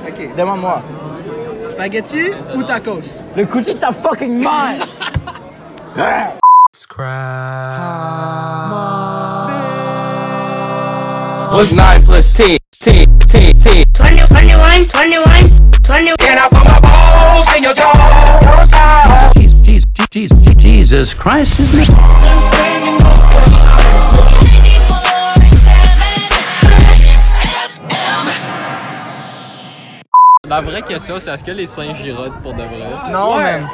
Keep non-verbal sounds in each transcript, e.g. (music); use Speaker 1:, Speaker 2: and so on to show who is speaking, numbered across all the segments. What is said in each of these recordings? Speaker 1: Ok.
Speaker 2: Demande-moi.
Speaker 1: Spaghetti ou tacos?
Speaker 2: Le coup de ta fucking (laughs) mind!
Speaker 3: What's 9 plus 10? 10, 10, 10.
Speaker 4: 20, 21, 21, 20.
Speaker 3: And I put my balls in your jaw.
Speaker 5: Jesus, Jesus, Jesus Christ is my
Speaker 6: La vraie question, c'est est-ce que les singes girodent pour de vrai?
Speaker 7: Oh,
Speaker 2: Non, man.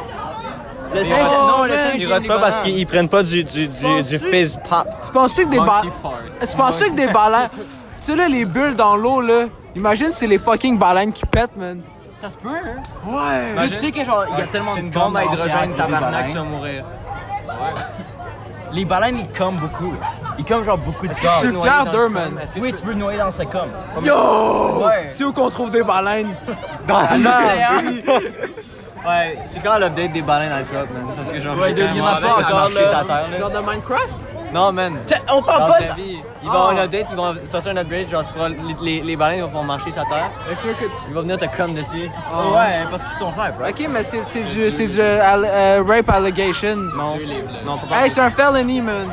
Speaker 2: Le singe,
Speaker 1: Oh,
Speaker 2: non, le
Speaker 1: man,
Speaker 2: singe,
Speaker 1: j'ai
Speaker 2: il rote
Speaker 1: des
Speaker 2: pas parce
Speaker 1: bananes.
Speaker 2: qu'ils ils prennent pas du, du, du, du fizz pop.
Speaker 1: Tu penses-tu que des ba-
Speaker 6: Monkey fart.
Speaker 1: Tu penses-tu que des baleines. Tu sais, là, les bulles dans l'eau, là. Imagine c'est les fucking baleines qui pètent, man.
Speaker 2: Ça se peut, hein?
Speaker 1: Ouais.
Speaker 2: Tu sais que genre, il y a tellement de bombes à hydrogène, tabarnak, tu vas mourir. Les baleines, ils comment beaucoup. Ils comment genre beaucoup de gaz.
Speaker 1: je suis fier d'eux, man.
Speaker 2: Oui, tu peux te noyer dans ce com.
Speaker 1: Yo!
Speaker 2: Ouais.
Speaker 1: C'est où qu'on trouve des baleines?
Speaker 2: Dans la hein.
Speaker 7: Ouais, c'est quand l'update des baleines à drop, man? Parce que genre,
Speaker 2: Ouais,
Speaker 7: j'ai
Speaker 2: dude,
Speaker 7: quand
Speaker 2: il y en
Speaker 7: même
Speaker 2: a
Speaker 7: envie
Speaker 2: pas
Speaker 7: de
Speaker 2: encore,
Speaker 7: marcher
Speaker 2: là.
Speaker 7: sur la terre, là.
Speaker 1: Genre de Minecraft?
Speaker 7: Non, man.
Speaker 2: On
Speaker 7: Dans
Speaker 2: parle
Speaker 7: la
Speaker 2: pas
Speaker 7: vraie
Speaker 2: de...
Speaker 7: vie, ils vont avoir
Speaker 1: Ah.
Speaker 7: un update, ils vont sortir un upgrade, genre, tu pourras- les, les, les baleines vont pouvoir marcher sur la terre.
Speaker 1: Fait que tu veux que tu-
Speaker 7: Ils vont venir te cum dessus.
Speaker 2: Ouais, parce que c'est ton frère, bro.
Speaker 1: Ok, mais c'est c'est du, c'est du al- euh, rape allegation.
Speaker 7: Non. Non, pas
Speaker 1: Hey, c'est un felony, man.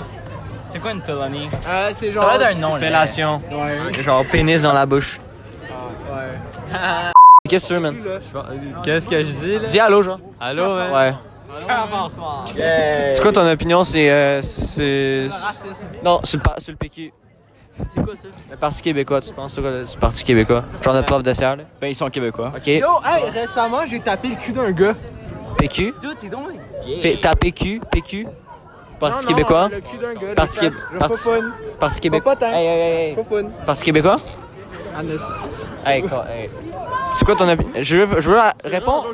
Speaker 7: C'est quoi une felony?
Speaker 1: Euh, c'est genre.
Speaker 2: Ça va d'un nom, là.
Speaker 7: Fellation.
Speaker 1: Ouais.
Speaker 7: Genre, pénis dans la bouche.
Speaker 1: Ouais.
Speaker 7: Qu'est-ce que tu veux, man?
Speaker 6: Qu'est-ce que je dis là?
Speaker 7: Dis allô, genre. Allô, man. Ouais. C'est quoi ton opinion? C'est. euh, c'est.
Speaker 1: Racisme.
Speaker 7: Non, sur le, pa- sur le PQ. C'est quoi ça? Le Parti québécois, tu penses? C'est quoi le du Parti québécois? Genre de prof de serre, là?
Speaker 2: Ben, ils sont québécois.
Speaker 7: Ok.
Speaker 1: Yo, hey, récemment, j'ai tapé le cul d'un gars.
Speaker 7: PQ?
Speaker 2: Dude, t'es donc...
Speaker 7: P- T'as PQ? PQ? Parti
Speaker 1: Non, non,
Speaker 7: québécois?
Speaker 1: Le cul d'un gars.
Speaker 7: Parti
Speaker 1: les
Speaker 7: qué-
Speaker 1: fesses.
Speaker 7: parti-
Speaker 1: Fofun.
Speaker 7: Parti québécois?
Speaker 1: Pas tant.
Speaker 7: Hey, hey, hey, hey.
Speaker 1: Fofun.
Speaker 7: Parti québécois?
Speaker 1: Anus.
Speaker 7: Hey, quoi, hey. C'est quoi ton opinion? Je veux, je veux la- répondre.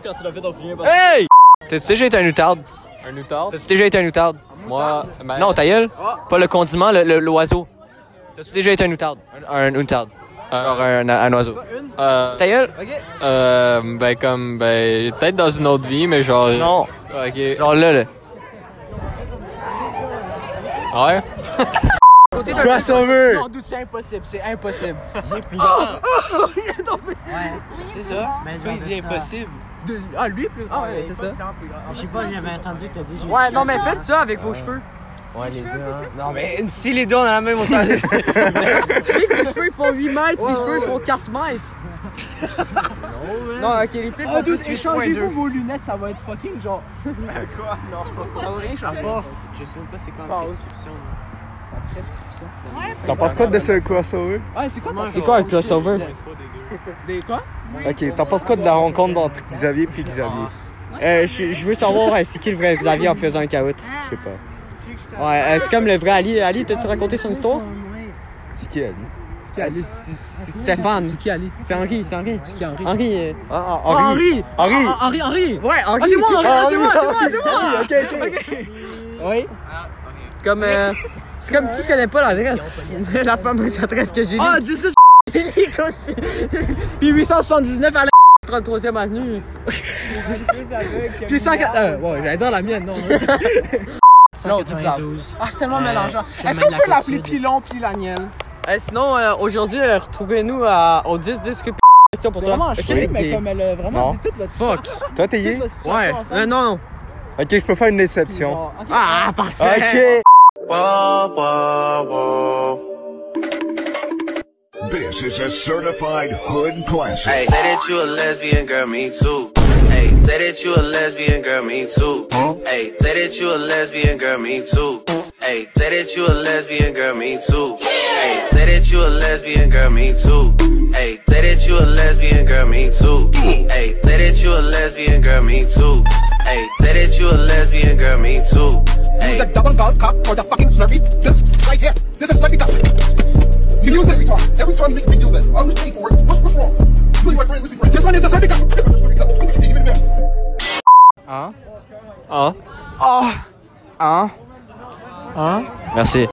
Speaker 7: Hey! T'as-tu déjà été un outarde?
Speaker 6: Un outard?
Speaker 7: T'as-tu déjà été un outarde?
Speaker 6: Moi, ben,
Speaker 7: Non, ta gueule.
Speaker 1: Ah.
Speaker 7: Pas le condiment, le- le- l'oiseau. T'as-tu déjà été un outarde? Un, un outarde. Genre
Speaker 6: euh,
Speaker 7: un, un oiseau.
Speaker 1: Une.
Speaker 6: euh,
Speaker 7: Ta gueule?
Speaker 1: Ok.
Speaker 6: euh, ben comme, ben, peut-être dans une autre vie, mais genre.
Speaker 7: Non.
Speaker 6: Ok.
Speaker 7: Genre là, là.
Speaker 6: Ouais.
Speaker 1: Côté d'un
Speaker 7: Crossover.
Speaker 1: Non, dude, c'est impossible. C'est impossible.
Speaker 2: Mais lui, il dit impossible.
Speaker 1: De- Ah, lui, plus. Ah, ouais, c'est ça.
Speaker 8: Je sais pas, j'avais entendu que t'as dit.
Speaker 1: Ouais, non, mais faites ça avec vos cheveux.
Speaker 2: Mais si les deux, on a la même hauteur.
Speaker 1: (laughs)
Speaker 8: Les cheveux font 8 mètres, les cheveux font 4 mètres. Non, ok, les cheveux
Speaker 1: Ah,
Speaker 8: font plus 8
Speaker 1: échangez-vous vos lunettes, ça va être fucking genre. Quoi? Non. Ça va rien, ça passe.
Speaker 8: Je sais même pas c'est quoi
Speaker 1: Pause.
Speaker 9: T'en penses quoi de ce crossover?
Speaker 1: Ouais, c'est quoi
Speaker 2: C'est quoi un crossover?
Speaker 1: Des quoi?
Speaker 9: Ok, t'en penses quoi de la rencontre entre Xavier et Xavier?
Speaker 1: Ah.
Speaker 8: Euh, je, je veux savoir euh, c'est qui le vrai Xavier en faisant un caout.
Speaker 9: Je sais pas.
Speaker 8: Ouais, euh, c'est comme le vrai Ali. Ali, t'as-tu raconté son histoire?
Speaker 9: C'est qui Ali?
Speaker 1: C'est qui Ali?
Speaker 8: C'est Stéphane.
Speaker 1: Ah, C'est qui Ali?
Speaker 8: C'est Henri, c'est Henri.
Speaker 1: C'est qui Henri?
Speaker 8: Henri. euh,
Speaker 9: Ah,
Speaker 1: Oh,
Speaker 9: ah, Henri!
Speaker 1: Henri!
Speaker 9: Henri!
Speaker 1: Ah, Henri, Henri!
Speaker 8: Ouais, Henri.
Speaker 1: Ah, c'est moi, Henri! Ah, c'est moi, c'est moi, c'est moi!
Speaker 9: c'est moi! Ok, ok.
Speaker 1: Oui?
Speaker 8: Comme. euh, c'est comme qui connaît pas l'adresse? (laughs) La fameuse adresse que j'ai lue.
Speaker 1: Ah, 19 puis 879 à la.
Speaker 8: 33e avenue.
Speaker 1: (laughs) Puis 104. Euh, ouais, j'allais dire la mienne, (laughs) non. Non, tout ça. Ah, c'est tellement mélangeant. Est-ce qu'on peut l'appeler Pilon puis Laniel?
Speaker 8: Euh, sinon, euh, aujourd'hui, euh, retrouvez-nous à, au 10 10 que p- question pour
Speaker 1: C'est
Speaker 8: toi.
Speaker 1: vraiment un
Speaker 8: Est-ce que
Speaker 1: chérie,
Speaker 8: t'es
Speaker 1: mais
Speaker 8: gay?
Speaker 1: comme elle a vraiment
Speaker 9: Non.
Speaker 1: dit toute votre
Speaker 8: Fuck.
Speaker 9: Toi, t'es gay?
Speaker 1: toute votre situation
Speaker 8: Ouais.
Speaker 1: ensemble,
Speaker 8: Euh, non, non.
Speaker 9: Ok, je peux faire une
Speaker 1: puis
Speaker 9: exception.
Speaker 1: genre, ok.
Speaker 8: Ah, parfait.
Speaker 9: Ok!
Speaker 10: This is a certified hood classic.
Speaker 3: Hey, say that you a lesbian girl, me too. Hey, say that you a lesbian girl, me too. Hey, say that you a lesbian girl, me too. Hey, say that you a lesbian girl, me too. Hey, say that you a lesbian girl, me too. Hey, say that you a lesbian girl, me too. Hey, say that you a lesbian girl, me too. Hey, say that you a lesbian girl, me too. Hey,
Speaker 10: This is like You use this guitar. Every time we, we do this, always pay for it. What's, what's